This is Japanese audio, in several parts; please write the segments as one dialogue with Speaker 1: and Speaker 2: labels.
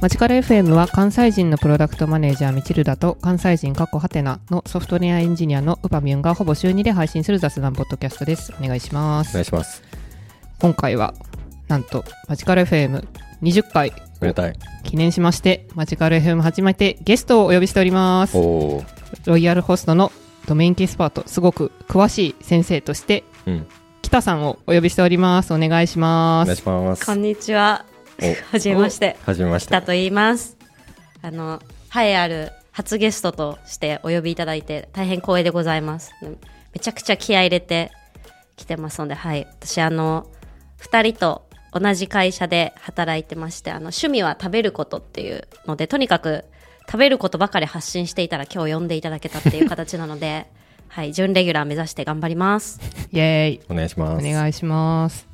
Speaker 1: マチカル FM は関西人のプロダクトマネージャーミチルダと関西人過去ハテナのソフトウェアエンジニアのウパミュンがほぼ週2で配信する雑談ポッドキャストです。お願いしま
Speaker 2: お願
Speaker 1: す
Speaker 2: い。します。
Speaker 1: 今回は、なんと、マチカル FM20 回
Speaker 2: おめでたい。
Speaker 1: 記念しまして、マチカル FM 始めてゲストをお呼びしております
Speaker 2: お。おー。
Speaker 1: ロイヤルホストのドメインエスパート、すごく詳しい先生として、
Speaker 2: うん。
Speaker 1: 北さんをお呼びしております。お願いし
Speaker 2: お
Speaker 1: ま
Speaker 2: 願い
Speaker 1: す
Speaker 2: し。ます。
Speaker 3: こんにちは。
Speaker 2: お
Speaker 3: はじめまして。
Speaker 2: はじめまして。
Speaker 3: 北と言います。あの、栄えある初ゲストとしてお呼びいただいて、大変光栄でございます。めちゃくちゃ気合い入れて来てますので、はい。私、あの、二人と同じ会社で働いてまして、あの、趣味は食べることっていうので、とにかく食べることばかり発信していたら今日呼んでいただけたっていう形なので、はい。準レギュラー目指して頑張ります。
Speaker 1: イエーイ。
Speaker 2: お願いし
Speaker 1: お
Speaker 2: ます。
Speaker 1: 願いします。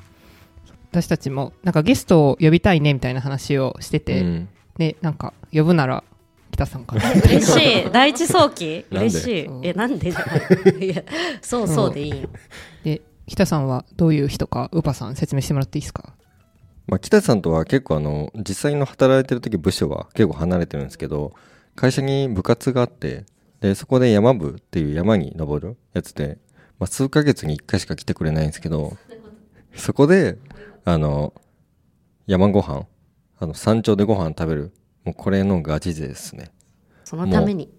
Speaker 1: 私たちも、なんかゲストを呼びたいねみたいな話をしてて、
Speaker 2: うん
Speaker 1: で、なんか呼ぶなら北さん かな。
Speaker 3: 嬉しい 第一早期
Speaker 2: なんで
Speaker 3: 嬉しい
Speaker 1: うん
Speaker 3: えなんでじゃないいやそうそうでいいよ
Speaker 1: で、北さんはどういう人か、ウパさん説明してもらっていいですか
Speaker 2: まあ、北さんとは結構あの、実際の働いてる時部署は結構離れてるんですけど、会社に部活があって、で、そこで山部っていう山に登るやつで、まあ、数ヶ月に1回しか来てくれないんですけど、そこで、あの、山ご飯、あの、山頂でご飯食べる。もうこれのガチ勢ですね。
Speaker 3: そのために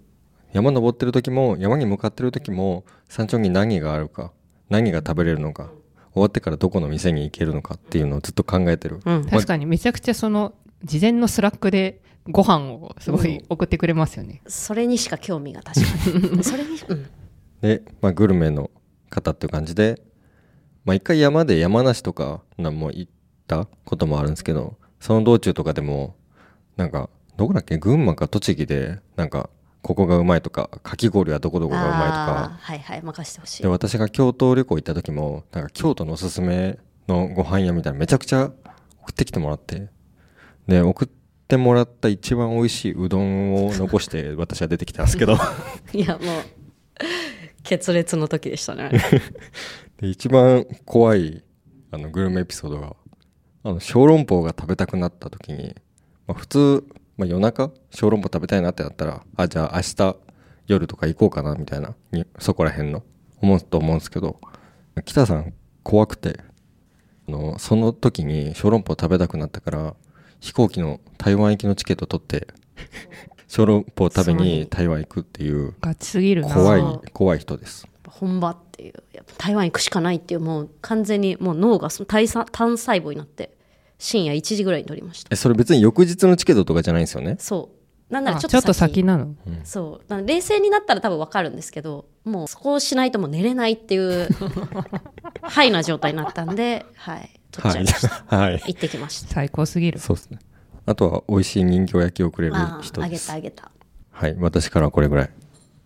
Speaker 2: 山登ってる時も山に向かってる時も山頂に何があるか何が食べれるのか終わってからどこの店に行けるのかっていうのをずっと考えてる、
Speaker 3: うん
Speaker 1: 確かにめちゃくちゃその、事前のスラックでご飯をすごい送ってくれますよね。
Speaker 3: それにしか興味が確かにそれにうん
Speaker 2: で、まあ、グルメの方っていう感じで、まあ、一回山で山梨とかなんも行ったこともあるんですけどその道中とかでもなんかどこだっけ群馬か栃木でなんかここがうまいとかかき氷はどこどこがうまいとか
Speaker 3: あーはいはい任せてほしい
Speaker 2: で私が京都旅行行った時もなんか京都のおすすめのご飯屋みたいなめちゃくちゃ送ってきてもらってで送ってもらった一番美味しいうどんを残して私は出てきたんですけど
Speaker 3: いやもう決裂の時でし たね
Speaker 2: で一番怖いあのグルメエピソードがあの小籠包が食べたくなった時に、まあ、普通、まあ、夜中小籠包食べたいなってなったらあじゃあ明日夜とか行こうかなみたいなにそこら辺の思うと思うんですけど北さん怖くてあのその時に小籠包食べたくなったから飛行機の台湾行きのチケット取って 小籠包食べに台湾行くっていう
Speaker 1: ガチすぎるな。
Speaker 2: 怖い
Speaker 3: そう
Speaker 2: 怖い人です
Speaker 3: 本場っていうやっぱ台湾行くしかないっていうもう完全にもう脳がその体さ単細胞になって深夜1時ぐらいに撮りました
Speaker 2: えそれ別に翌日のチケットとかじゃないんですよね
Speaker 3: そうなんなら
Speaker 1: あ
Speaker 3: ち
Speaker 1: ち
Speaker 3: ょ
Speaker 1: ょ
Speaker 3: っ
Speaker 1: っ
Speaker 3: と
Speaker 1: と先なの。
Speaker 3: そうだから冷静になったら多分わかるんですけどもうそこをしないともう寝れないっていう ハイな状態になったんではい取っちゃいまし た、
Speaker 2: はいはい
Speaker 3: 行ってきました
Speaker 1: 最高すぎる。
Speaker 2: そうですねあとは美味しい人形焼きをくれる
Speaker 3: あ
Speaker 2: 人
Speaker 3: ーあ
Speaker 2: で
Speaker 3: げ
Speaker 2: す
Speaker 3: たあげた
Speaker 2: はい私からはこれぐらい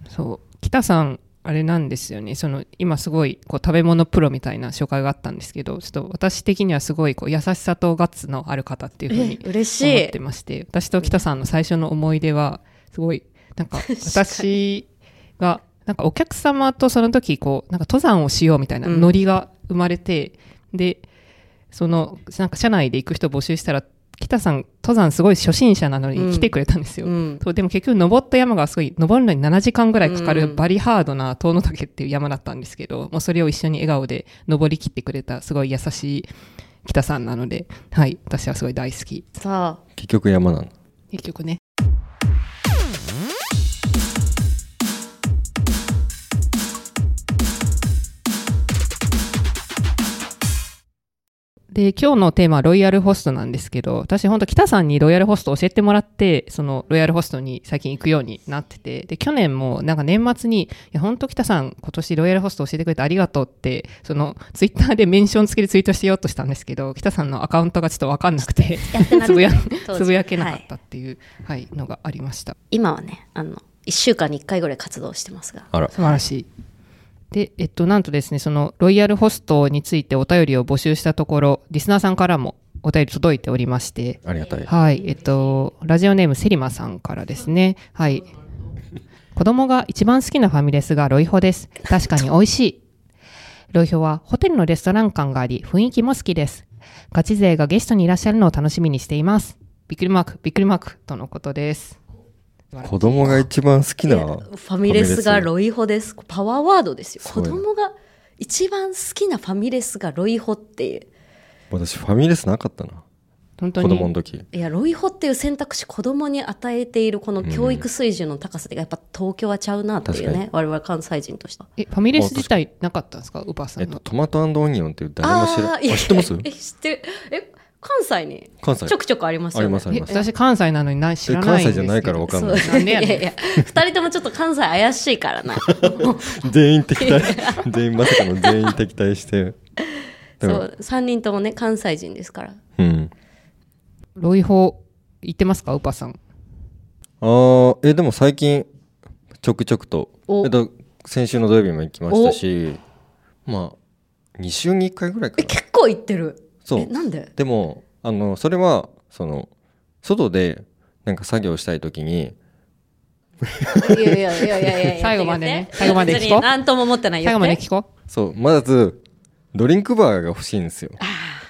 Speaker 1: そう北さんあれなんですよねその今すごいこう食べ物プロみたいな紹介があったんですけどちょっと私的にはすごいこう優しさとガッツのある方っていうふうに
Speaker 3: え嬉しい
Speaker 1: 思ってまして私と北さんの最初の思い出はすごいなん か私がなんかお客様とその時こうなんか登山をしようみたいな
Speaker 3: うん
Speaker 1: ノリが生まれて、でそのなんか社内で行く人募集したら北さん登山すごい初心者なのに来てくれたんですよ、
Speaker 3: うん
Speaker 1: そうでも結局登った山がすごい登るのに7時間ぐらいかか
Speaker 3: う
Speaker 1: る
Speaker 3: ん
Speaker 1: バリハードな遠野岳っていう山だったんですけど、もうそれを一緒に笑顔で登りきってくれたすごい優しい北さんなので、はい、私はすごい大好き。
Speaker 3: さあ
Speaker 2: 結局山なの
Speaker 1: 結局ね。で、今日のテーマはロイヤルホストなんですけど、私本当北さんにロイヤルホスト教えてもらって、そのロイヤルホストに最近行くようになってて、で、去年もなんか年末に、いや本当北さん今年ロイヤルホスト教えてくれてありがとうって、そのツイッターでメンション付きでツイートしようとしたんですけど、北さんのアカウントがちょっとわかんなくて、
Speaker 3: やってな
Speaker 1: つぶや
Speaker 3: かった当
Speaker 1: つ
Speaker 3: 時
Speaker 1: ぶやけなか
Speaker 3: は
Speaker 1: っ
Speaker 3: い
Speaker 1: たっていう、はいのがありました
Speaker 3: 今はねあの1週間に1回ぐらい活動してますが
Speaker 2: あら
Speaker 1: 素晴らしいでえっとなんとですねそのロイヤルホストについてお便りを募集したところリスナーさんからもお便り届いておりまして
Speaker 2: ありがたい
Speaker 1: はいえっとラジオネームセリマさんからですねはい子供が一番好きなファミレスがロイホです確かに美味しいロイホはホテルのレストラン感があり雰囲気も好きですガチ勢がゲストにいらっしゃるのを楽しみにしていますびっくりマーク、びっくりマークとのことです。
Speaker 2: 子供が一番好きな。
Speaker 3: いやファミレスが
Speaker 2: ファミレ
Speaker 3: ロイホですパワーワードですよ
Speaker 2: す
Speaker 3: 子
Speaker 2: ごいな
Speaker 3: 供が一番好きなファミレスがロイホっていう
Speaker 2: 私ファミレスなかったな。
Speaker 1: 本当
Speaker 2: 子
Speaker 1: に。
Speaker 2: 供の時。
Speaker 3: いやロイホっていう選択肢子供に与えているこの教育水準の高さでやっぱ東京はちゃうなっていう
Speaker 2: 確か
Speaker 3: ね我々関西人としては
Speaker 1: え、ファミレス自体なかったんですかウパさ
Speaker 2: えっ
Speaker 1: ん
Speaker 2: と、
Speaker 1: の。
Speaker 2: トマトオニオンっていう誰も知ら
Speaker 3: あーいや
Speaker 2: あ知ってます
Speaker 3: え知ってるえ関西に
Speaker 2: 関西
Speaker 3: ちょ。くちょくありますよね
Speaker 2: ありますあ
Speaker 1: え
Speaker 2: ります。
Speaker 1: 私関西なのにな知らないんですけど
Speaker 2: 関西じゃないからわかんない
Speaker 1: そうなんでやねん
Speaker 3: い やいや2人ともちょっと関西怪しいからな
Speaker 2: 全員敵 対。全員、まさかの全員敵対して。 で
Speaker 3: そ
Speaker 2: も
Speaker 3: う3人ともね関西人ですから
Speaker 2: うん。
Speaker 1: ロイホ行ってますかウパさん。
Speaker 2: あーえでも最近ちょくちょくと
Speaker 3: お
Speaker 2: えっと先週の土曜日も行きましたしまあ2週に1回ぐらいか
Speaker 3: え
Speaker 2: な
Speaker 3: 結構行ってる
Speaker 2: そ
Speaker 3: え
Speaker 2: う
Speaker 3: なんで
Speaker 2: でもあのそれはその外でなんか作業したい時に
Speaker 3: いやいやいやいやいやい や
Speaker 1: 最後までね
Speaker 3: 言って
Speaker 1: 最後まで聞こう
Speaker 3: 別に何とも思ってない
Speaker 1: 最後まで
Speaker 3: 言って
Speaker 1: 聞こう。
Speaker 2: そうまずドリンクバーが欲しいんですよ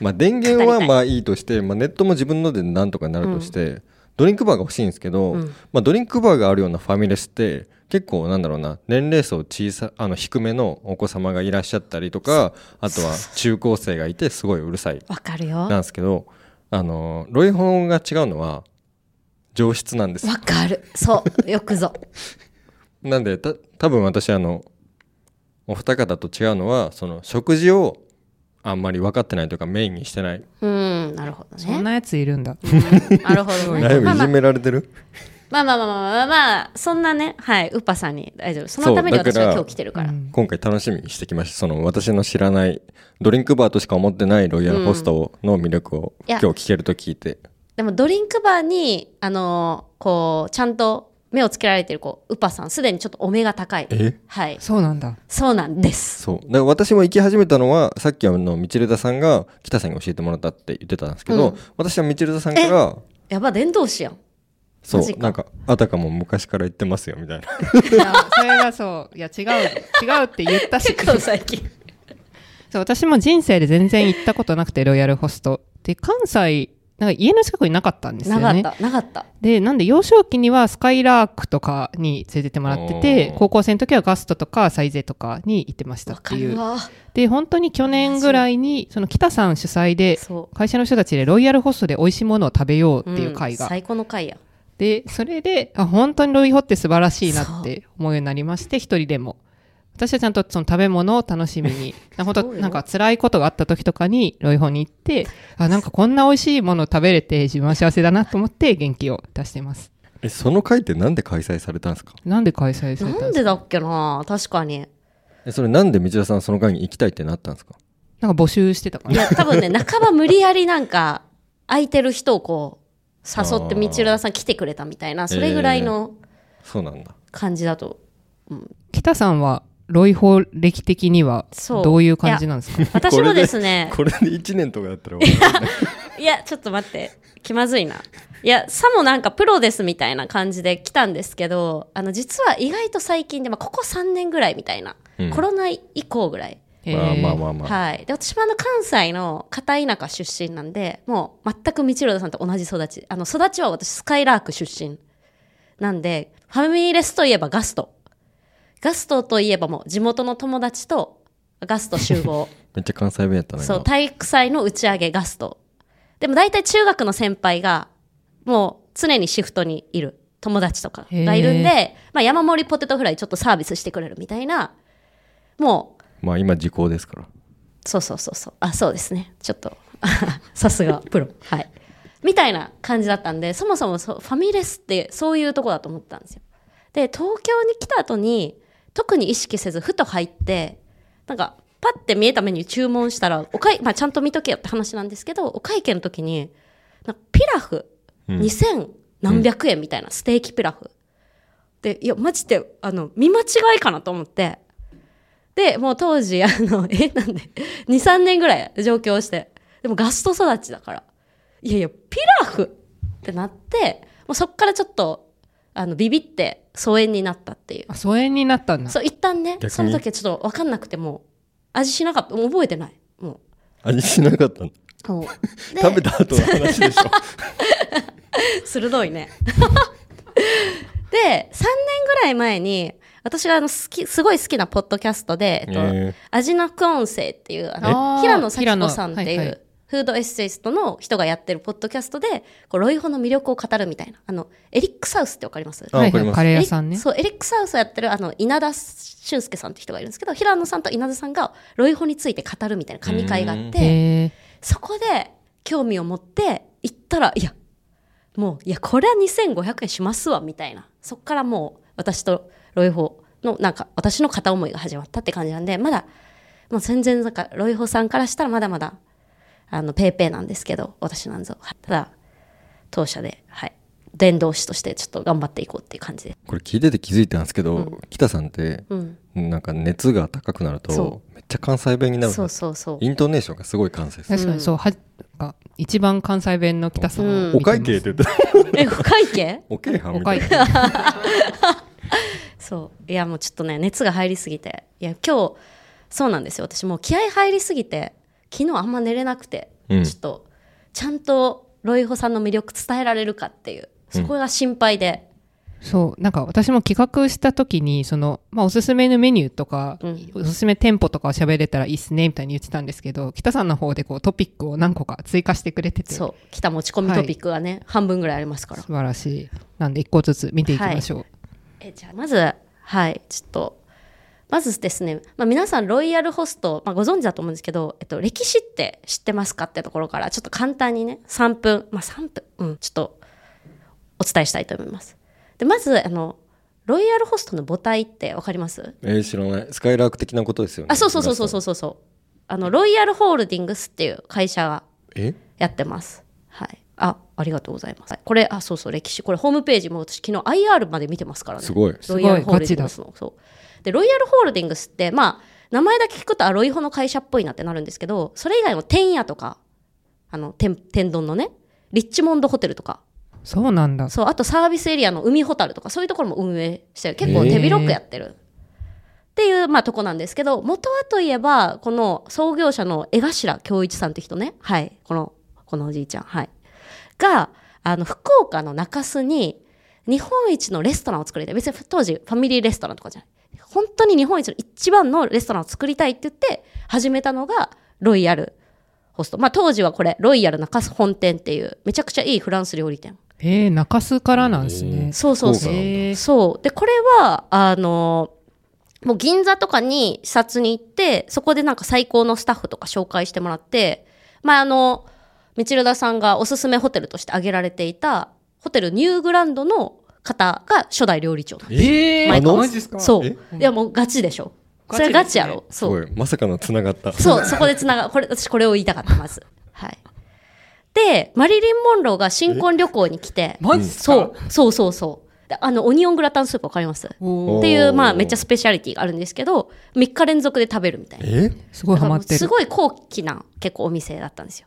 Speaker 2: まあ電源
Speaker 3: 語
Speaker 2: は
Speaker 3: りたい
Speaker 2: まあいいとして、まあ、ネットも自分のでなんとかなるとして、ドリンクバーが欲しいんですけど、
Speaker 3: うん
Speaker 2: まあ、ドリンクバーがあるようなファミレスって結構なんだろうな年齢層小さあの低めのお子様がいらっしゃったりとかあとは中高生がいてすごいうるさい
Speaker 3: わかるよ
Speaker 2: なんですけどあのロイホンが違うのは上質なんですよ
Speaker 3: わかるそうよくぞ
Speaker 2: なんでた多分私あのお二方と違うのはその食事をあんまり分かってないというかメインにしてない
Speaker 3: うんなるほどね
Speaker 1: そんなやついるんだ。
Speaker 3: うんなるほどね
Speaker 2: だいぶ
Speaker 3: まあ
Speaker 2: い
Speaker 3: ま
Speaker 2: じ
Speaker 3: あ
Speaker 2: められてる、
Speaker 3: まあまあまあまあまあ、まあ、そんなね、はい、ウッパさんに大丈夫。そのために
Speaker 2: そうだ
Speaker 3: 私
Speaker 2: から
Speaker 3: は今日来てるから。
Speaker 1: うん
Speaker 2: 今回楽しみにしてきましたその私の知らないドリンクバーとしか思ってないロイヤルホストの魅力を
Speaker 3: いや
Speaker 2: 今日聞けると聞いて、
Speaker 3: でもドリンクバーに、あのーこう、ちゃんと目をつけられてる、こう、ウッパさん、すでにちょっとお目が高い。
Speaker 2: え
Speaker 3: はい。
Speaker 1: そうなんだ。
Speaker 3: そうなんです。
Speaker 2: そうだから私も行き始めたのはさっきあの道枝さんが北さんに教えてもらったって言ってたんですけど、
Speaker 3: うん
Speaker 2: 私は道枝さんから
Speaker 3: やば、伝道師やん。
Speaker 2: そ
Speaker 3: マジ
Speaker 2: う
Speaker 3: か
Speaker 2: なんかあたかも昔から言ってますよみたいな
Speaker 1: いやそれがそう。いや、違う。違うって言った し
Speaker 3: 結。構最近。
Speaker 1: そう私も人生で全然行ったことなくてロイヤルホストで関西なんか家の近くになかったんですよ
Speaker 3: な
Speaker 1: ね
Speaker 3: かった、なかった。
Speaker 1: でなんで幼少期にはスカイラークとかに連れてってもらってて
Speaker 2: おー
Speaker 1: 高校生の時はガストとかサイゼとかに行ってました
Speaker 3: わ
Speaker 1: って
Speaker 3: か
Speaker 1: い
Speaker 3: る
Speaker 1: う
Speaker 3: わ。
Speaker 1: で本当に去年ぐらいにその北さん主催で
Speaker 3: そう。
Speaker 1: 会社の人たちでロイヤルホストで美味しいものを食べようっていう会
Speaker 3: ん
Speaker 1: が、
Speaker 3: 最高の会や。
Speaker 1: でそれであ本当にロイホって素晴らしいなって思うようになりまして一人でも私はちゃんとその食べ物を楽しみにな本当
Speaker 3: そうよ
Speaker 1: なんか辛いことがあった時とかにロイホに行ってあなんかこんな美味しいもの食べれて自分は幸せだなと思って元気を出してます
Speaker 2: えその会ってなんで開催されたんですか
Speaker 1: なんで開催されたんですか
Speaker 3: なんでだっけな確かに。
Speaker 2: えそれなんで道枝さんその会に行きたいってなったんですか
Speaker 1: なんか募集してたか
Speaker 3: い
Speaker 1: な
Speaker 3: や、多分ね、半ば無理やりなんか、空いてる人をこう、誘って、
Speaker 2: あー
Speaker 3: 道枝さん来てくれたみたいな、それぐらいの
Speaker 2: そうなんだ
Speaker 3: 感じだと。
Speaker 1: 北さんはロイホ歴的には
Speaker 3: そう
Speaker 1: どういう感じなんですか
Speaker 3: 私もで すね、
Speaker 2: これで1年とかだったら終 わる
Speaker 3: いや、ちょっと待って、気まずいな。いや、さもなんかプロですみたいな感じで来たんですけど、あの、実は意外と最近で、まあ、ここ3年ぐらいみたいな、
Speaker 2: うん
Speaker 3: コロナ以降ぐらい。
Speaker 1: え
Speaker 2: まあ
Speaker 1: ー
Speaker 2: まあまあまあ、
Speaker 3: はい。で、私もあの、関西の片田舎出身なんで、もう、全く道枝さんと同じ育ち。あの、育ちは私、スカイラーク出身。なんで、ファミレスといえばガスト。ガストといえばもう、地元の友達と、ガスト集合。
Speaker 2: めっちゃ関西弁やったな
Speaker 3: そう、
Speaker 2: 今
Speaker 3: 体育祭の打ち上げガスト。でも大体中学の先輩が、もう常にシフトにいる友達とかがいるん
Speaker 1: へ
Speaker 3: で、まあ山盛りポテトフライちょっとサービスしてくれるみたいな、もう、
Speaker 2: まあ今時効ですから
Speaker 3: そうそうそうそう、あ、そうですね。ちょっと、 さすがプロ。はい。みたいな感じだったんで、そもそもそうファミレスってそういうとこだと思ったんですよ。で、東京に来た後に、特に意識せず、ふと入って、なんか、パッて見えた目に注文したら、おかい、まあ、ちゃんと見とけよって話なんですけど、お会計の時に、なんかピラフ、2000何百円みたいな、ステーキピラフ。で、いや、マジで、あの、見間違いかなと思って。で、もう当時、あの、 え、なんで、2、3年ぐらい上京して。でもガスト育ちだから。いやいや、ピラフってなって、もうそっからちょっと、あの、ビビって、疎遠になったっていう。
Speaker 1: あ疎遠になったんだ
Speaker 3: そう、一旦ね
Speaker 2: 逆、に
Speaker 3: その時はちょっと分かんなくてもう、味しなかった。もう覚えてない。も
Speaker 2: 味しなかったの
Speaker 3: う。もうで
Speaker 2: 食べた後の話でしょ
Speaker 3: 鋭いねで3年ぐらい前に私があの好きすごい好きなポッドキャストで、 えっと
Speaker 2: へえ
Speaker 3: 味の副音声っていうあ
Speaker 1: あ
Speaker 3: の
Speaker 1: ー
Speaker 3: 平野咲子さんってい
Speaker 1: 平野はいは
Speaker 3: う
Speaker 1: い
Speaker 3: フードエッセイストの人がやってるポッドキャストでこうロイホの魅力を語るみたいなあのエリック・サウスってわかります
Speaker 2: あわかります
Speaker 1: カレー屋さんね
Speaker 3: え。そうエリック・サウスをやってるあの稲田俊介さんって人がいるんですけど平野さんと稲田さんがロイホについて語るみたいな神会があっ
Speaker 1: へ
Speaker 3: て
Speaker 1: え
Speaker 3: そこで興味を持って行ったらいやもういやこれは2500円しますわみたいなそこからもう私とロイホのなんか私の片思いが始まったって感じなんでまだもう全然なんかロイホさんからしたらまだまだあのペーペーなんですけど私なんぞただ当社ではい伝道師としてちょっと頑張っていこうっていう感じで
Speaker 2: これ聞いてて気づいたんですけど、北さんって
Speaker 3: うん
Speaker 2: なんか熱が高くなると
Speaker 3: そ
Speaker 2: めっちゃ関西弁になるん
Speaker 3: そう
Speaker 2: です
Speaker 3: そうそう
Speaker 2: イントネーションがすごい関西です
Speaker 1: 確かにそう、はが一番関西弁の北さんを見てます
Speaker 2: お会計 って言ってた
Speaker 3: えお会計
Speaker 2: お会計はん
Speaker 1: お
Speaker 2: みたい
Speaker 1: 会
Speaker 2: な
Speaker 1: 計。
Speaker 3: そういやもうちょっとね熱が入りすぎていや今日そうなんですよ私もう気合入りすぎて昨日あんま寝れなくて、
Speaker 2: うん
Speaker 3: ちょっとちゃんとロイホさんの魅力伝えられるかっていうそこが心配で、
Speaker 1: そうなんか私も企画した時にその、まあ、おすすめのメニューとか、
Speaker 3: うん
Speaker 1: おすすめ店舗とかを喋れたらいいっすねみたいに言ってたんですけど北さんの方でこうトピックを何個か追加してくれてて
Speaker 3: そう来た持ち込みトピックがね、半分ぐらいありますから
Speaker 1: 素晴らしいなんで一個ずつ見ていきましょう、
Speaker 3: えじゃあまずはいちょっとまずですね、まあ、皆さんロイヤルホスト、まあ、ご存知だと思うんですけど、えっと、歴史って知ってますかってところからちょっと簡単にね3分まあ3分うんちょっとお伝えしたいと思いますでまずあのロイヤルホストの母体ってわかります
Speaker 2: えー、知らないスカイラーク的なことですよね
Speaker 3: あそうそうそうそうそうそうそうあのロイヤルホールディングスっていう会社が
Speaker 2: え
Speaker 3: やってますはいあありがとうございます、はいこれあそうそう歴史これホームページも私昨日 IR まで見てますからね
Speaker 2: すごい
Speaker 1: す
Speaker 3: ロ
Speaker 1: ご
Speaker 3: イ
Speaker 1: い
Speaker 3: ヤルホールディングスのそうでロイヤルホールディングスってまあ名前だけ聞くとあロイホの会社っぽいなってなるんですけどそれ以外の天屋とかあの天天丼のねリッチモンドホテルとか
Speaker 1: そうなんだ
Speaker 3: そうあとサービスエリアの海ホタルとかそういうところも運営してる結構手広くやってるっていう、まあ、とこなんですけど元はといえばこの創業者の江頭恭一さんって人ねはいこのこのおじいちゃんはいがあの福岡の中洲に日本一のレストランを作りたい別に当時ファミリーレストランとかじゃない本当に日本一の一番のレストランを作りたいって言って始めたのがロイヤルホストまあ当時はこれロイヤル中洲本店っていうめちゃくちゃいいフランス料理店
Speaker 1: えー、中洲からなんですね
Speaker 3: そうそうそう。
Speaker 1: へー
Speaker 3: そう。で、これは、あの、もう銀座とかに視察に行って、そこでなんか最高のスタッフとか紹介してもらって、まあ、あの、ミチルダさんがおすすめホテルとして挙げられていた、ホテルニューグランドの方が初代料理長。
Speaker 1: えー
Speaker 3: マイコン
Speaker 1: マジっすか
Speaker 3: そう。
Speaker 2: え
Speaker 3: いや、もうガチでしょ。
Speaker 1: ガチで
Speaker 3: それ
Speaker 1: すね
Speaker 3: ガチやろ。
Speaker 2: す
Speaker 3: そう
Speaker 2: ご。いまさかのつながった
Speaker 3: そう、そこでつながこれ、私これを言いたかった、まず。はい。で、マリリン・モンローが新婚旅行に来て、
Speaker 1: マジっすか
Speaker 3: そう、そうそうそう。であの、オニオングラタンスープわかりますっ
Speaker 1: おー
Speaker 3: てい
Speaker 2: おー
Speaker 3: う、まあ、めっちゃスペシャリティがあるんですけど、3日連続で食べるみたいな。
Speaker 2: え
Speaker 1: すごいハマっ
Speaker 3: だからも
Speaker 1: て
Speaker 3: うす
Speaker 1: る
Speaker 3: ごい高貴な、結構お店だったんですよ。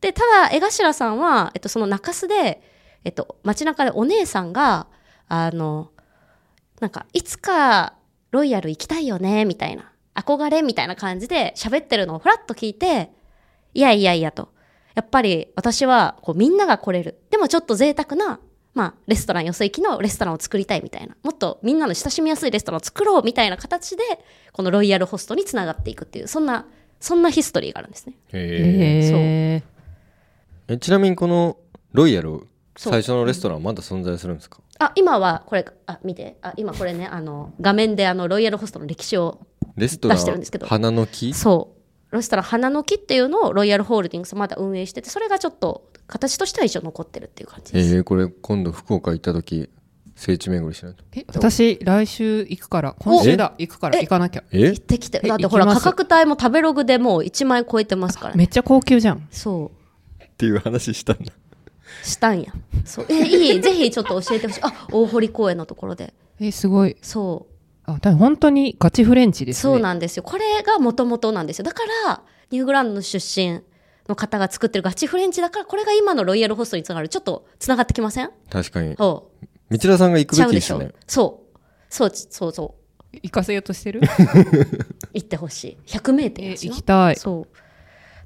Speaker 3: で、ただ、江頭さんは、えっと、その中洲で、えっと、街中でお姉さんが、あの、なんか、いつかロイヤル行きたいよね、みたいな、憧れみたいな感じで喋ってるのをふらっと聞いて、いやいやいやと。やっぱり私はこうみんなが来れる。でもちょっと贅沢な、まあ、レストラン、よそ行きのレストランを作りたいみたいな。もっとみんなの親しみやすいレストランを作ろうみたいな形で、このロイヤルホストにつながっていくっていう、そんな、そんなヒストリーがあるんですね。
Speaker 1: え
Speaker 2: え
Speaker 1: ー、
Speaker 2: えちなみにこのロイヤル
Speaker 3: そう
Speaker 2: 最初のレストランはまだ存在するんですか
Speaker 3: あ、今はこれ、あ、見て。あ、今これね、あの、画面であの、ロイヤルホストの歴史を
Speaker 2: レストラ
Speaker 3: 出してるんですけ
Speaker 2: ン
Speaker 3: ど
Speaker 2: 花の木
Speaker 3: そう。ロストラン花の木っていうのをロイヤルホールディングスまだ運営してて、それがちょっと形としては一応残ってるっていう感じです。
Speaker 2: えー、これ今度福岡行った時聖地巡りしないと
Speaker 1: え私来週行くから今週だ行くから行かなきゃ
Speaker 2: え
Speaker 3: 行ってきて。
Speaker 1: え
Speaker 3: だってほら、
Speaker 1: 行きま
Speaker 3: 価
Speaker 1: す
Speaker 3: 格帯も食べログでもう1万円超えてますからね。
Speaker 1: めっちゃ高級じゃん
Speaker 3: そ
Speaker 2: っていう話したんだ
Speaker 3: う。したんや。そう。え、い い。ぜひちょっと教えてほしい。あ、大堀公園のところで。
Speaker 1: えーすごい
Speaker 3: そ
Speaker 1: あだから本当にガチフレンチ
Speaker 3: う。
Speaker 1: ですね
Speaker 3: そうなんですよ。これがもともとなんですよ。だから、ニューグランドの出身の方が作ってるガチフレンチだから、これが今のロイヤルホストにつながる。ちょっとつながってきません
Speaker 2: 確かに
Speaker 3: そ
Speaker 2: 道田さんが行
Speaker 3: う。
Speaker 2: く
Speaker 3: ち
Speaker 2: べ
Speaker 3: ゃ
Speaker 2: き
Speaker 3: う
Speaker 2: で
Speaker 3: ですし
Speaker 2: よ
Speaker 3: ょ
Speaker 2: ね。
Speaker 3: そう。そう、そうそう。
Speaker 1: 行かせようとしてる
Speaker 3: 行ってほしい100名店
Speaker 1: え
Speaker 3: やし
Speaker 1: 行
Speaker 3: な
Speaker 1: きたい
Speaker 3: そう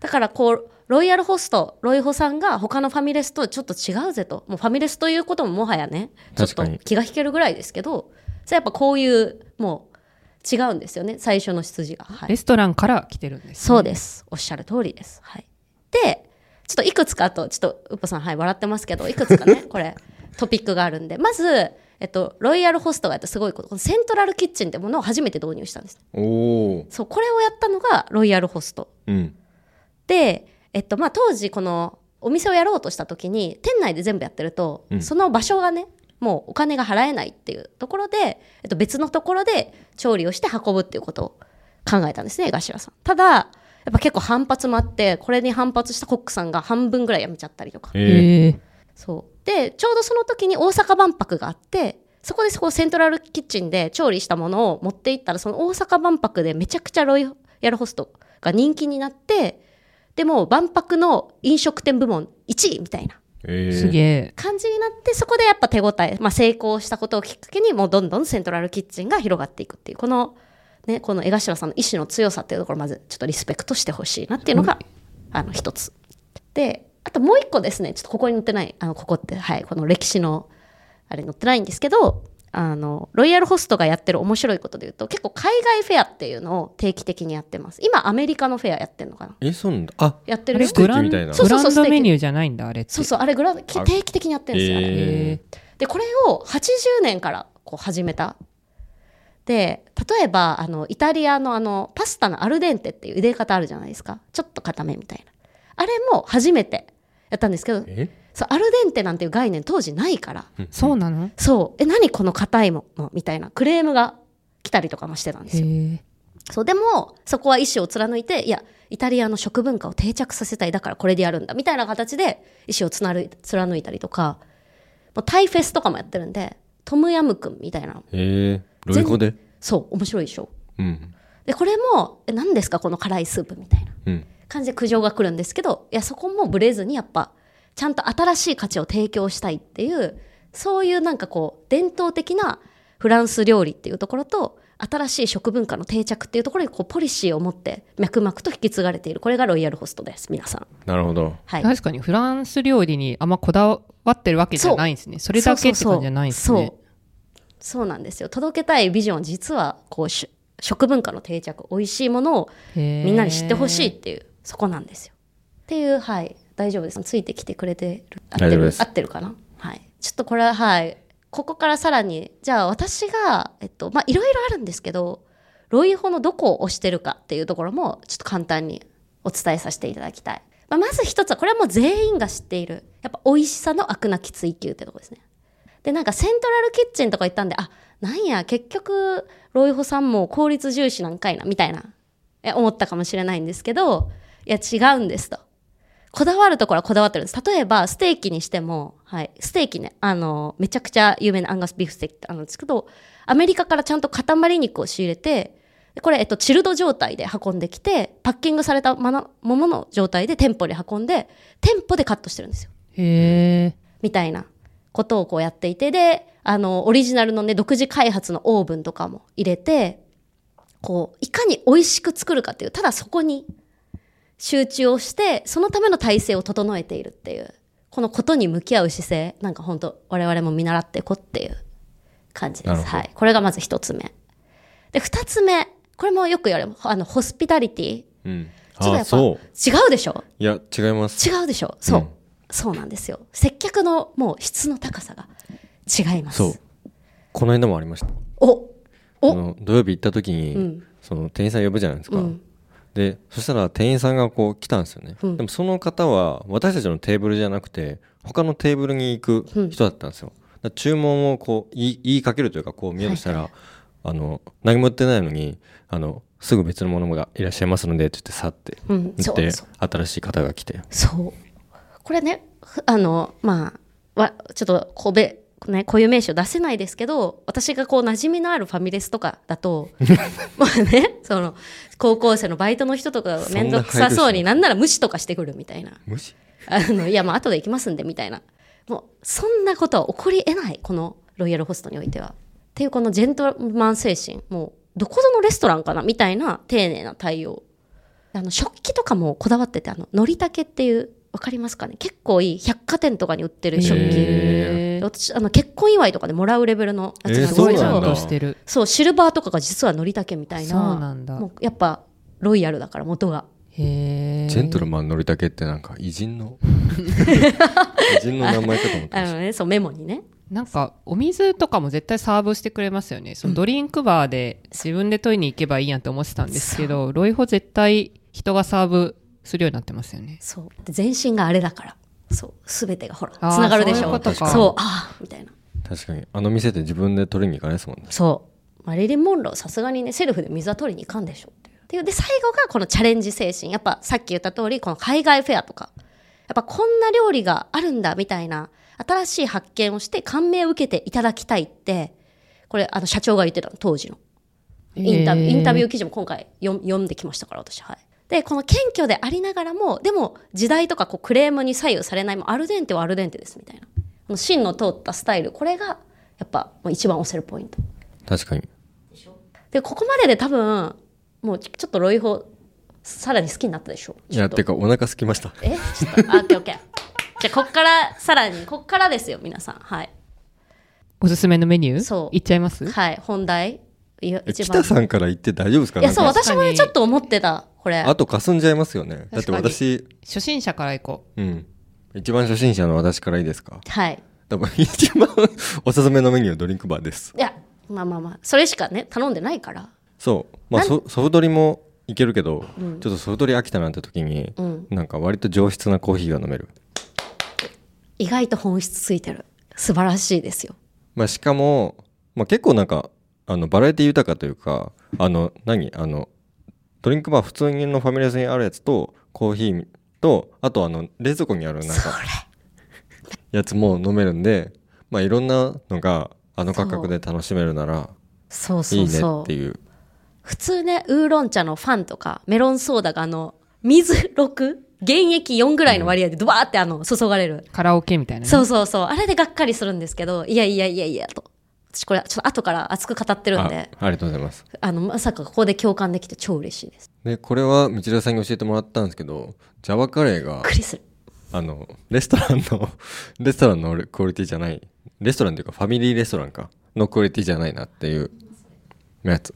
Speaker 3: だからこうロイヤルホストロイホさんが他のファミレスとちょっと違うぜともうファミレスということももはやねちょっ
Speaker 2: 確
Speaker 3: と
Speaker 2: かに
Speaker 3: 気が引けるぐらいですけどそれやっぱこういうもう違うんですよね最初の出自が、はい
Speaker 1: レ、ストランから来てるんです、ね、
Speaker 3: そうです。おっしゃる通りです。はい。で、ちょっといくつかあと、ちょっと、うっぽさん、はい、笑ってますけど、いくつ かね、これ、トピックがあるんで。まず、えっと、ロイヤルホストがやったすごいこと、このセントラルキッチンってものを初めて導入したんです。
Speaker 2: おお
Speaker 3: そう、これをやったのがロイヤルホスト。
Speaker 2: うん
Speaker 3: で、えっと、まあ、当時、この、お店をやろうとした時に、店内で全部やってると、
Speaker 2: うん
Speaker 3: その場所がね、もうお金が払えないっていうところで、えっと、別のところで調理をして運ぶっていうことを考えたんですね、江頭さん。ただ、やっぱ結構反発もあって、これに反発したコックさんが半分ぐらい辞めちゃったりとか。
Speaker 2: ええ
Speaker 1: へえ
Speaker 3: そう。で、ちょうどその時に大阪万博があって、そこでそこセントラルキッチンで調理したものを持っていったら、その大阪万博でめちゃくちゃロイヤルホストが人気になって、でもう万博の飲食店部門1位みたいな
Speaker 2: ええ
Speaker 1: すげえ
Speaker 3: 感じになって、そこでやっぱ手応え、まあ、成功したことをきっかけに、もうどんどんセントラルキッチンが広がっていくっていう、この、ね、この江頭さんの意志の強さっていうところ、まずちょっとリスペクトしてほしいなっていうのが、あの、一つ。で、あともう一個ですね、ちょっとここに載ってない、あの、ここって、はい、この歴史の、あれ載ってないんですけど、あの、ロイヤルホストがやってる面白いことで言うと、結構海外フェアっていうのを定期的にやってます。今、アメリカのフェアやってるのかな
Speaker 2: えそうなんだあ
Speaker 3: やっ
Speaker 1: あ
Speaker 3: てる
Speaker 1: れ
Speaker 3: よ
Speaker 2: ステーキ
Speaker 1: グラン
Speaker 2: みたい
Speaker 1: グ
Speaker 2: な
Speaker 3: そうそう
Speaker 1: ラ
Speaker 3: そ
Speaker 1: ン
Speaker 3: う
Speaker 1: ドメニューじゃないんだあれって
Speaker 3: そうそう、あれグラ、定期的にやってるんですよ、あれ。
Speaker 2: え
Speaker 1: へ
Speaker 3: でこれを80年からこう始めたで例えばあのイタリアのあのパスタのアルデンテっていう茹で方あるじゃないですかちょっと固めみたいなあれも初めてやったんですけど
Speaker 2: え
Speaker 3: そうアルデンテなんていう概念当時ないから
Speaker 1: えそうなの
Speaker 3: そうえ何この硬いものみたいなクレームが来たりとかもしてたんですよ
Speaker 1: へ
Speaker 3: そう、でも、そこは意思を貫いて、いや、イタリアの食文化を定着させたい、だからこれでやるんだ、みたいな形で意思をつなる貫いたりとか、もうタイフェスとかもやってるんで、トムヤムクンみたいなのも、
Speaker 2: ええロイコで
Speaker 3: そう、面白いでしょ。
Speaker 2: うん
Speaker 3: で、これも、え何ですか、この辛いスープみたいな
Speaker 2: うん
Speaker 3: 感じで苦情が来るんですけど、いや、そこもブレずに、やっぱ、ちゃんと新しい価値を提供したいっていう、そういうなんかこう、伝統的なフランス料理っていうところと、新しい食文化の定着っていうところにこうポリシーを持って脈々と引き継がれているこれがロイヤルホストです皆さん
Speaker 2: なるほど
Speaker 3: は
Speaker 1: え
Speaker 3: い
Speaker 1: 確かにフランス料理にあんまこだわってるわけじゃないんですねそれだけって感じじゃないんです
Speaker 3: そうそう
Speaker 1: ね
Speaker 3: そうそうなんですよ届けたいビジョンは実はこうし食文化の定着美味しいものをみ
Speaker 1: み
Speaker 3: んなに知ってほしいっていうそこなんですよっていうはい大丈夫ですついてきてくれてる合って
Speaker 2: 大丈夫
Speaker 3: る
Speaker 2: です
Speaker 3: 合ってるかなはいちょっとこれははいここからさらにじゃあ私がえっとまあいろいろあるんですけどロイホのどこを押してるかっていうところもちょっと簡単にお伝えさせていただきたい、まあ、まず一つはこれはもう全員が知っているやっぱ美味しさの飽くなき追求ってとこですねでなんかセントラルキッチンとか行ったんであなんや結局ロイホさんも効率重視なんかいなみたいなえ思ったかもしれないんですけどいや違うんですとこだわるところはこだわってるんです例えばステーキにしても、はい、ステーキねあのめちゃくちゃ有名なアンガスビーフステーキってあるんですけどアメリカからちゃんと塊肉を仕入れてでこれ、えっと、チルド状態で運んできてパッキングされたものものの状態で店舗に運んで店舗でカットしてるんですよ
Speaker 1: へえ
Speaker 3: みたいなことをこうやっていて、で、あの、オリジナルのね、独自開発のオーブンとかも入れて、こう、いかに美味しく作るかっていう、ただそこに集中をして、そのための体制を整えているっていう、このことに向き合う姿勢、なんか本当我々も見習っていこうっていう感じで
Speaker 2: なる
Speaker 3: す。
Speaker 2: ほど
Speaker 3: はい。これがまず一つ目。で、二つ目。これもよく言われる、あの、ホスピタリティ。
Speaker 2: うん
Speaker 3: ちょっとや
Speaker 2: あ
Speaker 3: っぱ、
Speaker 2: そう
Speaker 3: 違うでしょ
Speaker 2: いや違います
Speaker 3: 違うでしょそう、
Speaker 2: うん
Speaker 3: そうなんですよ接客のもう質の高さが違います
Speaker 2: そうこの間もありました
Speaker 3: おお
Speaker 2: あの土曜日行った時
Speaker 3: う
Speaker 2: に
Speaker 3: ん
Speaker 2: その店員さん呼ぶじゃないです
Speaker 3: う
Speaker 2: か
Speaker 3: ん
Speaker 2: でそしたら店員さんがこう来たんですよね、
Speaker 3: うん
Speaker 2: でもその方は私たちのテーブルじゃなくて他のテーブルに行く人だったんですよ、だから注文をこう言い言いかけるというかこう見ようとしたら、あの何も売ってないのにあのすぐ別のものがいらっしゃいますのでって言って去って
Speaker 3: うん
Speaker 2: 行
Speaker 3: そ
Speaker 2: っ
Speaker 3: う
Speaker 2: て
Speaker 3: そう
Speaker 2: 新しい方が来て
Speaker 3: そうこれねふあのまあわちょっとこべね、こういう名詞を出せないですけど私がこう馴染みのあるファミレスとか だとまあねその高校生のバイトの人とかが面倒くさそうに
Speaker 2: そんな配慮しない
Speaker 3: なんなら無視とかしてくるみたいな
Speaker 2: 無視
Speaker 3: あの、いや、まあ、後で行きますんで、みたいな。もう、そんなことは起こり得ない、このロイヤルホストにおいては。っていう、このジェントルマン精神。もう、どこぞのレストランかなみたいな、丁寧な対応。あの食器とかもこだわっててあののりたけっていうわかりますかね結構いい百貨店とかに売ってる食器、
Speaker 2: へ
Speaker 3: 私あの結婚祝いとかでもらうレベルのやつなん
Speaker 2: え
Speaker 3: で
Speaker 2: ー
Speaker 3: す
Speaker 1: す
Speaker 3: けど、
Speaker 1: ごい
Speaker 2: え
Speaker 1: ち
Speaker 2: そう
Speaker 1: ゃ
Speaker 2: なんだ
Speaker 1: としてる。
Speaker 3: そうシルバーとかが実はのりたけみたいな
Speaker 1: そうなんだ
Speaker 3: もうやっぱロイヤルだから元が
Speaker 1: へえ。
Speaker 2: ジェントルマンのりたけってなんか偉人 の偉人の名前かと思って
Speaker 3: あ
Speaker 2: まし
Speaker 3: の、ね、そうメモにね
Speaker 1: なんかお水とかも絶対サーブしてくれますよね。そのドリンクバーで自分で取りに行けばいいやんって思ってたんですけど、ロイホ絶対人がサーブするようになってますよね。
Speaker 3: そうで全身があれだからそう全てがほらつ
Speaker 1: あー
Speaker 3: ながるでし
Speaker 1: そ
Speaker 3: ょ
Speaker 1: ういうことか
Speaker 3: そうああみたいな
Speaker 2: た確かにあの店で自分で取りに行かないですもんね
Speaker 3: そうマリリン・モンローさすがにねセルフで水は取りに行かんでしょっていうでで最後がこのチャレンジ精神やっぱさっき言った通りこの海外フェアとかやっぱこんな料理があるんだみたいな新しい発見をして感銘を受けていただきたいってこれあの社長が言ってたの当時のインタビュー、インタビュー記事も今回読読んできましたから、私、はい。で、この謙虚でありながらも、でも時代とかこうクレームに左右されない、もうアルデンテはアルデンテですみたいな。この芯の通ったスタイル、これが、やっぱ、もう一番押せるポイント。
Speaker 2: 確かに
Speaker 3: で、ここまでで多分、もうちちょっとロイホ、さらに好きになったでしょ
Speaker 2: いやてかお腹空きました
Speaker 3: えちょっと、あ、オッケーオッケー。じゃあ、こっから、さらに、こっからですよ、皆さん。はい。
Speaker 1: おすすめのメニュー
Speaker 3: そう
Speaker 1: いっちゃいます
Speaker 3: はい、本題。いや
Speaker 2: え
Speaker 3: 一
Speaker 2: 北
Speaker 3: 番。
Speaker 2: さんから言って大丈夫ですか
Speaker 3: いや、そう、
Speaker 2: なんか
Speaker 1: 確か
Speaker 3: 私もね、
Speaker 1: に
Speaker 3: ちょっと思ってた、これ。
Speaker 2: あとかすんじゃいますよねだって私
Speaker 1: 初心者から行こ
Speaker 2: うん一番初心者の私からいいですか
Speaker 3: はい。
Speaker 2: 多分一番おすすめのメニュードリンクバーです
Speaker 3: いや、まあまあまあ、それしかね、頼んでないから。
Speaker 2: そうまあ
Speaker 3: なん
Speaker 2: ソソフトリもいけるけど、ちょっとソフトリ飽きたなって時に、
Speaker 3: うん
Speaker 2: なんか割と上質なコーヒーが飲める、
Speaker 3: 意外と本質ついてる。素晴らしいですよ。
Speaker 2: まあ、しかも、まあ、結構なんかあのバラエティ豊かというかあの何あのドリンクバー普通のファミレスにあるやつとコーヒーとあとあの冷蔵庫にあるなんかやつも飲めるんで、まあ、いろんなのがあの価格で楽しめるなら
Speaker 3: そうそ
Speaker 2: いいうね
Speaker 3: そう。
Speaker 2: っていう
Speaker 3: 普通ね、ウーロン茶のファンとか、メロンソーダがあの、水 6? 原液4ぐらいの割合でドバーってあの、注がれる
Speaker 1: う。。カラオケみたいなね。
Speaker 3: そうそうそう。あれでがっかりするんですけど、いやいやいやいやと。私これ、ちょっと後から熱く語ってるん
Speaker 2: あ
Speaker 3: で、
Speaker 2: ありがとうございます
Speaker 3: あの、まさかここで共感できて超嬉しいです。
Speaker 2: でこれは道枝さんに教えてもらったんですけどジャワカレーが
Speaker 3: びっくりする。
Speaker 2: あのレストランの レストランのクオリティじゃないレストランというかファミリーレストランかのクオリティじゃないなっていうやつ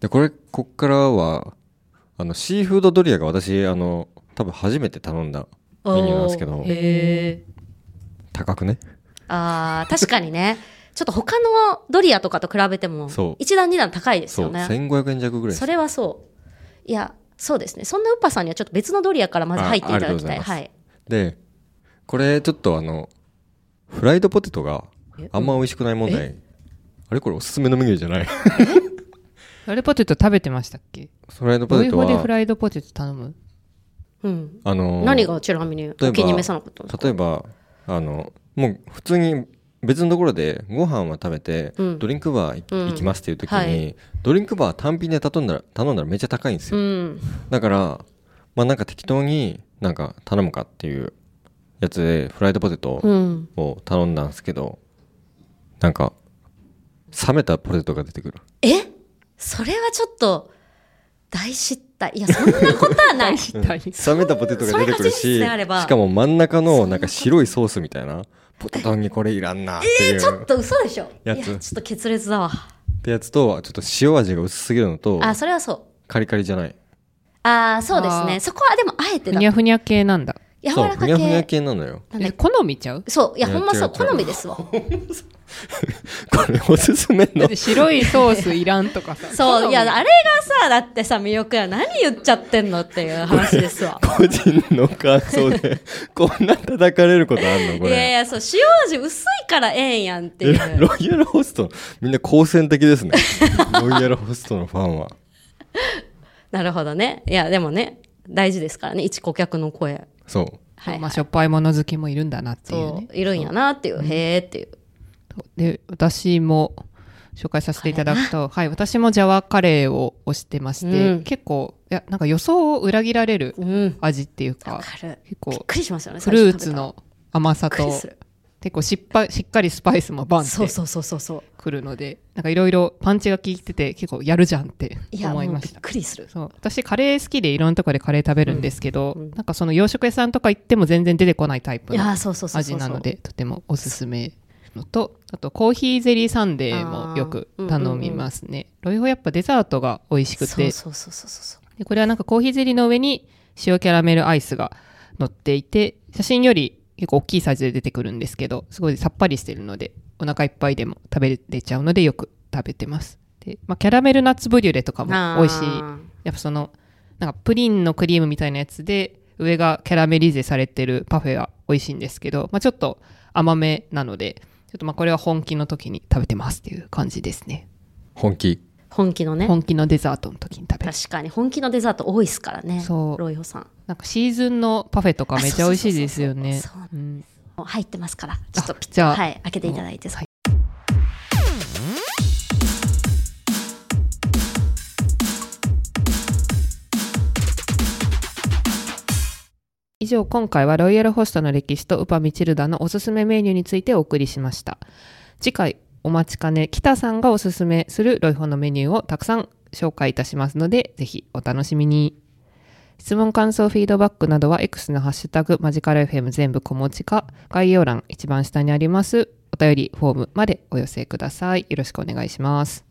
Speaker 2: でこれこっからはあのシーフードドリアが私あの多分初めて頼んだメニューなんですけど
Speaker 1: へえ。
Speaker 2: 高くね
Speaker 3: あー確かにね。 ちょっと他のドリアとかと比べても、
Speaker 2: そう
Speaker 3: 一段二段高いです
Speaker 2: そう
Speaker 3: よね。
Speaker 2: 1500円弱ぐらいです
Speaker 3: それはそう。いや、そうですね。そんなウッパさんにはちょっと別のドリアからまず入っていただきたい。
Speaker 2: あありがとうございます
Speaker 3: はい。
Speaker 2: でこれちょっとあのフライドポテトがあんま美味しくない問題あれこれおすすめのメニューじゃない
Speaker 1: フライドポテト食べてましたっけ
Speaker 2: フライドポ
Speaker 1: ロ
Speaker 2: テ
Speaker 1: イ
Speaker 2: ト
Speaker 1: ホでフ
Speaker 2: は
Speaker 1: ライドポテト頼む
Speaker 3: うん。
Speaker 2: あのー
Speaker 3: 何がちなみに
Speaker 2: 例えば
Speaker 3: お気に召さなかったんですか
Speaker 2: 例えばあのもう普通に別のところでご飯は食べて、
Speaker 3: うん
Speaker 2: ドリンクバー行き,、
Speaker 3: うん
Speaker 2: ますっていう時に、
Speaker 3: はい
Speaker 2: ドリンクバー単品で頼んだら頼んだらめっちゃ高いんです
Speaker 3: う
Speaker 2: よ、
Speaker 3: ん。
Speaker 2: だからまあなんか適当になんか頼むかっていうやつでフライドポテト
Speaker 3: うん。
Speaker 2: を頼んだんですけど、なんか冷めたポテトが出てくる
Speaker 3: えそれはちょっと、大失態。いや、そんなこと はない。
Speaker 1: 知ったい
Speaker 2: 冷めたポテトが出てくる
Speaker 3: それが事実
Speaker 2: し
Speaker 3: であれば
Speaker 2: しかも真ん中のなんか白いソースみたいなポテトにこれいらんなっていう、
Speaker 3: ちょっと嘘でしょ。いや、
Speaker 2: やつ
Speaker 3: ちょっと決裂だわ。
Speaker 2: ってやつとちょっと塩味が薄すぎるのと
Speaker 3: あ、それはそう。
Speaker 2: カリカリじゃない
Speaker 3: ああ、そうです
Speaker 1: あ
Speaker 3: ね。
Speaker 1: ー
Speaker 3: そこはでもあえて
Speaker 1: ふ
Speaker 3: だ。
Speaker 1: に
Speaker 3: 柔
Speaker 1: ゃふにゃ系なんだ。
Speaker 2: そう
Speaker 3: ら
Speaker 2: ふ
Speaker 3: か
Speaker 2: にゃふにゃ
Speaker 3: 系。
Speaker 2: 系なのよ
Speaker 3: なんだ
Speaker 1: え
Speaker 3: っけ
Speaker 1: 好みちゃう
Speaker 3: そう、いや、
Speaker 2: い
Speaker 3: ほ
Speaker 2: や
Speaker 3: んまそう、
Speaker 2: 違う違う
Speaker 3: 好 みですわ。
Speaker 2: これおすすめ
Speaker 1: だっ
Speaker 2: の
Speaker 1: て白いソースいらんとかさ。
Speaker 3: そう、いや、
Speaker 1: 好
Speaker 3: あれがさ、だってさ、魅力や。何言っちゃってんのっていう話で すわ。
Speaker 2: 個人の感想 でこんな叩かれることあんのこ
Speaker 3: いやい
Speaker 2: れ
Speaker 3: や、そう、塩味薄いからええんやんってい
Speaker 2: え
Speaker 3: う。
Speaker 2: ロイヤルホストみんな好戦的 ですねロイヤルホストのファンは
Speaker 3: なるほどね。いや、でもね、大事ですからね、一顧客の声。
Speaker 2: そう
Speaker 3: はい、
Speaker 1: みまあ、
Speaker 3: はい。
Speaker 1: しょっぱいもの好きもいるんだなっていう
Speaker 3: そ
Speaker 1: ね。
Speaker 3: う、いるんやなっていう、へえっていう。
Speaker 1: で私も紹介させていただくと、はい、私もジャワカレーを推してまして、
Speaker 3: うん
Speaker 1: 結構いやなんか予想を裏切られる
Speaker 3: うん。
Speaker 1: 味っていうか
Speaker 3: わかる。
Speaker 1: 結
Speaker 3: びっ
Speaker 1: 構
Speaker 3: くりしますよね、
Speaker 1: フルーツ
Speaker 3: 最初食べたら。
Speaker 1: の甘さ
Speaker 3: びっくり
Speaker 1: と
Speaker 3: する
Speaker 1: 結構しっぱしっかりスパイスもバンって
Speaker 3: そうそうそうそうそう
Speaker 1: くるのでなんかいろいろパンチが効いてて結構やるじゃんって
Speaker 3: いやも
Speaker 1: 思いう
Speaker 3: び
Speaker 1: ま
Speaker 3: っ
Speaker 1: した
Speaker 3: くりする
Speaker 1: そう私カレー好きでいろんなとこでカレー食べるんですけど、
Speaker 3: うんうん
Speaker 1: なんかその洋食屋さんとか行っても全然出てこないタイプ
Speaker 3: い
Speaker 1: の
Speaker 3: やそうそうそうそ
Speaker 1: 味
Speaker 3: う
Speaker 1: なのでとてもおすすめのとあとコーヒーゼリーサンデーもよく頼みますね、ロイホやっぱデザートが美味しくて
Speaker 3: そうそうそうそうそう
Speaker 1: でこれはなんかコーヒーゼリーの上に塩キャラメルアイスが乗っていて写真より結構大きいサイズで出てくるんですけどすごいさっぱりしてるのでお腹いっぱいでも食べれちゃうのでよく食べてますで、まあ、キャラメルナッツブリュレとかも
Speaker 3: あー
Speaker 1: 美味しいやっぱそのなんかプリンのクリームみたいなやつで上がキャラメリゼされてるパフェは美味しいんですけど、まあ、ちょっと甘めなのでちょっとまあこれは本気の時に食べてますっていう感じですね
Speaker 2: 本気
Speaker 3: 本気のね
Speaker 1: 本気のデザートの時に食べる
Speaker 3: 確かに本気のデザート多いですからね
Speaker 1: そう
Speaker 3: ロイホさん
Speaker 1: なんかシーズンのパフェとかめっちゃ美味しいですよね
Speaker 3: そうそうそ
Speaker 1: う
Speaker 3: う。
Speaker 1: ん
Speaker 3: もう入ってますからちょっと
Speaker 1: あ
Speaker 3: ピッ
Speaker 1: じゃあ
Speaker 3: はい開けていただいて、
Speaker 1: はい以上今回はロイヤルホストの歴史とウパミチルダのおすすめメニューについてお送りしました次回お待ちかね北さんがおすすめするロイホのメニューをたくさん紹介いたしますのでぜひお楽しみに質問感想フィードバックなどは X のハッシュタグマジカル FM 全部小文字か概要欄一番下にありますお便りフォームまでお寄せくださいよろしくお願いします